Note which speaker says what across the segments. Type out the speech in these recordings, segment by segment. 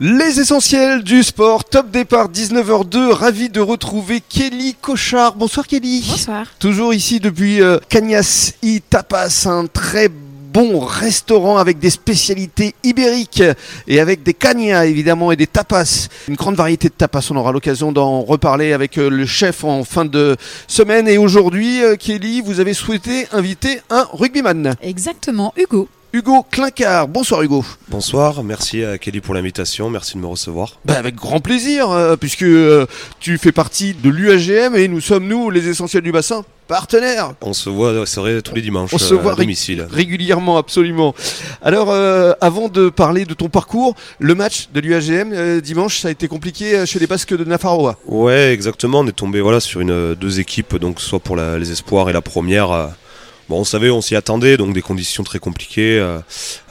Speaker 1: Les essentiels du sport, top départ 19h02, ravi de retrouver Kelly Cochard. Bonsoir Kelly.
Speaker 2: Bonsoir.
Speaker 1: Toujours ici depuis euh, Cagnas y Tapas, un très bon restaurant avec des spécialités ibériques et avec des cagnas évidemment et des tapas. Une grande variété de tapas, on aura l'occasion d'en reparler avec euh, le chef en fin de semaine. Et aujourd'hui, euh, Kelly, vous avez souhaité inviter un rugbyman,
Speaker 2: Exactement, Hugo.
Speaker 1: Hugo Clincard. Bonsoir Hugo.
Speaker 3: Bonsoir, merci à Kelly pour l'invitation, merci de me recevoir.
Speaker 1: Bah, avec grand plaisir, euh, puisque euh, tu fais partie de l'UAGM et nous sommes, nous, les essentiels du bassin, partenaires
Speaker 3: On se voit, euh, c'est vrai, tous les dimanches
Speaker 1: On se
Speaker 3: euh,
Speaker 1: voit
Speaker 3: à domicile.
Speaker 1: régulièrement, absolument. Alors, euh, avant de parler de ton parcours, le match de l'UAGM euh, dimanche, ça a été compliqué euh, chez les Basques de Nafarroa.
Speaker 3: Ouais, exactement, on est tombé voilà, sur une, euh, deux équipes, donc soit pour la- les espoirs et la première. euh, Bon, on savait, on s'y attendait, donc des conditions très compliquées euh,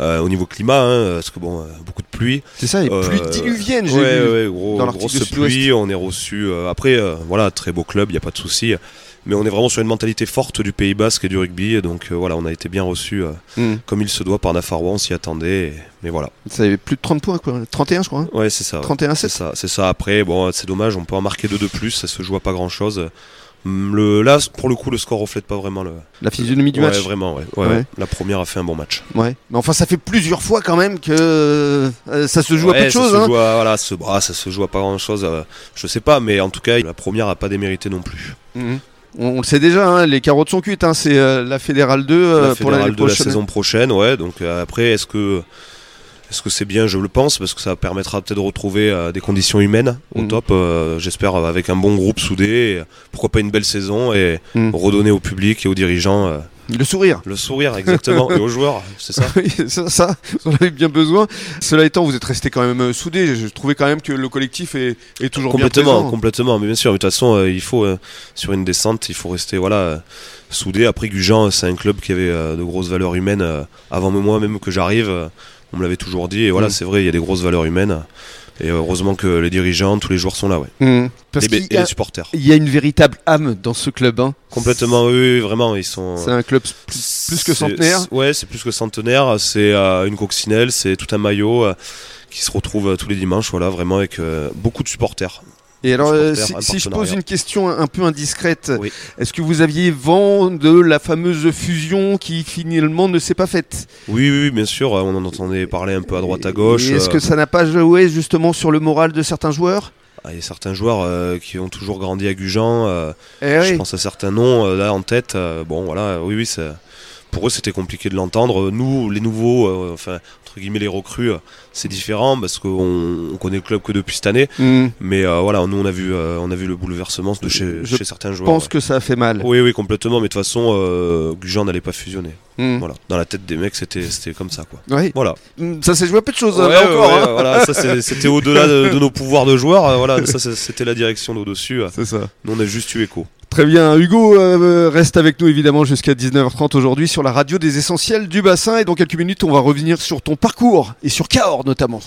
Speaker 3: euh, au niveau climat, hein, parce que bon, euh, beaucoup de pluie.
Speaker 1: C'est ça, et
Speaker 3: Euh,
Speaker 1: plus diluvienne, j'ai
Speaker 3: ouais,
Speaker 1: vu.
Speaker 3: ouais, gros,
Speaker 1: dans l'article
Speaker 3: grosse
Speaker 1: de Sud-Ouest.
Speaker 3: pluie, on est reçu. euh, après, euh, voilà, très beau club, il n'y a pas de souci. Mais on est vraiment sur une mentalité forte du Pays Basque et du rugby, donc euh, voilà, on a été bien reçu
Speaker 1: Mm.
Speaker 3: comme il se doit par Nafarrois, on s'y attendait, et- mais voilà.
Speaker 1: Ça avait plus de 30 points, quoi. 31, je crois. hein.
Speaker 3: Ouais, c'est ça. ouais.
Speaker 1: 31,
Speaker 3: C'est
Speaker 1: 7.
Speaker 3: ça, c'est ça. Après, bon, c'est dommage, on peut en marquer deux de plus, ça se joue à pas grand chose. Le, là, pour le coup, le score reflète pas vraiment le.
Speaker 1: La physionomie du
Speaker 3: ouais,
Speaker 1: match.
Speaker 3: vraiment, ouais. Ouais,
Speaker 1: Ouais.
Speaker 3: ouais. La première a fait un bon match.
Speaker 1: Ouais. Mais enfin, ça fait plusieurs fois quand même que euh, ça se joue à
Speaker 3: Ouais,
Speaker 1: peu de
Speaker 3: ça
Speaker 1: choses.
Speaker 3: se
Speaker 1: hein.
Speaker 3: joue à- voilà, ce, ah, ça se joue à pas grand chose. je sais pas, mais en tout cas, la première a pas démérité non plus.
Speaker 1: Mhm. On, on le sait déjà, hein, les carottes sont cuites. hein, c'est euh, la fédérale 2 euh,
Speaker 3: la
Speaker 1: pour
Speaker 3: fédérale
Speaker 1: l'année
Speaker 3: de la
Speaker 1: prochaine.
Speaker 3: saison prochaine, ouais. Donc euh, après, est-ce que. Est-ce que c'est bien Je le pense parce que ça permettra peut-être de retrouver euh, des conditions humaines au
Speaker 1: Mhm.
Speaker 3: top. euh, J'espère euh, avec un bon groupe soudé. et pourquoi pas une belle saison et
Speaker 1: Mhm.
Speaker 3: redonner au public et aux dirigeants euh,
Speaker 1: Le sourire.
Speaker 3: Le sourire, exactement. Et aux joueurs, c'est ça
Speaker 1: Oui, ça, ça, vous en avez bien besoin. Cela étant, vous êtes resté quand même euh, soudés. Je, je trouvais quand même que le collectif est, est toujours
Speaker 3: Complètement,
Speaker 1: bien présent.
Speaker 3: complètement. Mais bien sûr, mais de toute façon, euh, il faut, euh, sur une descente, il faut rester voilà, euh, soudé. Après, Gujan, euh, c'est un club qui avait euh, de grosses valeurs humaines euh, avant moi même que j'arrive. euh, on me l'avait toujours dit. Et voilà,
Speaker 1: Mm.
Speaker 3: c'est vrai, il y a des grosses valeurs humaines. Et heureusement que les dirigeants, tous les joueurs sont là, ouais.
Speaker 1: Mhm. Parce
Speaker 3: Et, ben-
Speaker 1: qu'il
Speaker 3: et
Speaker 1: y, a-
Speaker 3: les supporters.
Speaker 1: il y a une véritable âme dans ce club. hein.
Speaker 3: Complètement, oui, oui, vraiment, ils sont.
Speaker 1: C'est un club plus, plus que
Speaker 3: C'est-
Speaker 1: centenaire.
Speaker 3: c'est- Ouais, c'est plus que centenaire. C'est euh, une coccinelle, c'est tout un maillot euh, qui se retrouve euh, tous les dimanches, voilà, vraiment avec euh, beaucoup de supporters.
Speaker 1: Et alors, euh, si,
Speaker 3: supporters, un
Speaker 1: si je pose
Speaker 3: partenariat.
Speaker 1: une question un un peu indiscrète,
Speaker 3: Oui.
Speaker 1: est-ce que vous aviez vent de la fameuse fusion qui finalement ne s'est pas faite
Speaker 3: Oui, oui, oui, bien sûr, euh, on en entendait parler un peu à droite à gauche.
Speaker 1: Et Est-ce
Speaker 3: euh,
Speaker 1: que ça n'a pas joué justement sur le moral de certains joueurs
Speaker 3: ah, Il y a certains joueurs euh, qui ont toujours grandi à Gujan, euh,
Speaker 1: Eh
Speaker 3: je
Speaker 1: oui.
Speaker 3: pense à certains noms euh, là en tête. euh, bon, voilà, euh, oui, oui, c'est- pour eux c'était compliqué de l'entendre. Nous, les nouveaux, euh, enfin, entre guillemets, les recrues, euh, c'est différent parce qu'on on connaît le club que depuis cette année.
Speaker 1: Hmm.
Speaker 3: Mais euh, voilà, nous on a vu, euh, on a vu le bouleversement de chez,
Speaker 1: Je
Speaker 3: chez certains
Speaker 1: Je
Speaker 3: joueurs.
Speaker 1: pense
Speaker 3: ouais.
Speaker 1: que ça a fait mal.
Speaker 3: Oui, oui, complètement, mais de toute façon, euh, Gujan n'allait pas fusionner.
Speaker 1: Hmm.
Speaker 3: Voilà, dans la tête des mecs, c'était c'était comme ça, quoi.
Speaker 1: Ouais.
Speaker 3: Voilà.
Speaker 1: Hmm, Ça s'est joué à peu de choses
Speaker 3: Ouais,
Speaker 1: hein, là encore.
Speaker 3: ouais,
Speaker 1: hein.
Speaker 3: ouais, voilà, ça, c'est- c'était au-delà de, de nos pouvoirs de joueurs. euh, Voilà, ça c'est- c'était la direction d'au-dessus. euh.
Speaker 1: C'est ça.
Speaker 3: Nous on a juste eu écho.
Speaker 1: Très bien, Hugo euh, reste avec nous évidemment jusqu'à 19h30 aujourd'hui sur la radio des essentiels du bassin et dans quelques minutes on va revenir sur ton parcours et sur Cahors notamment.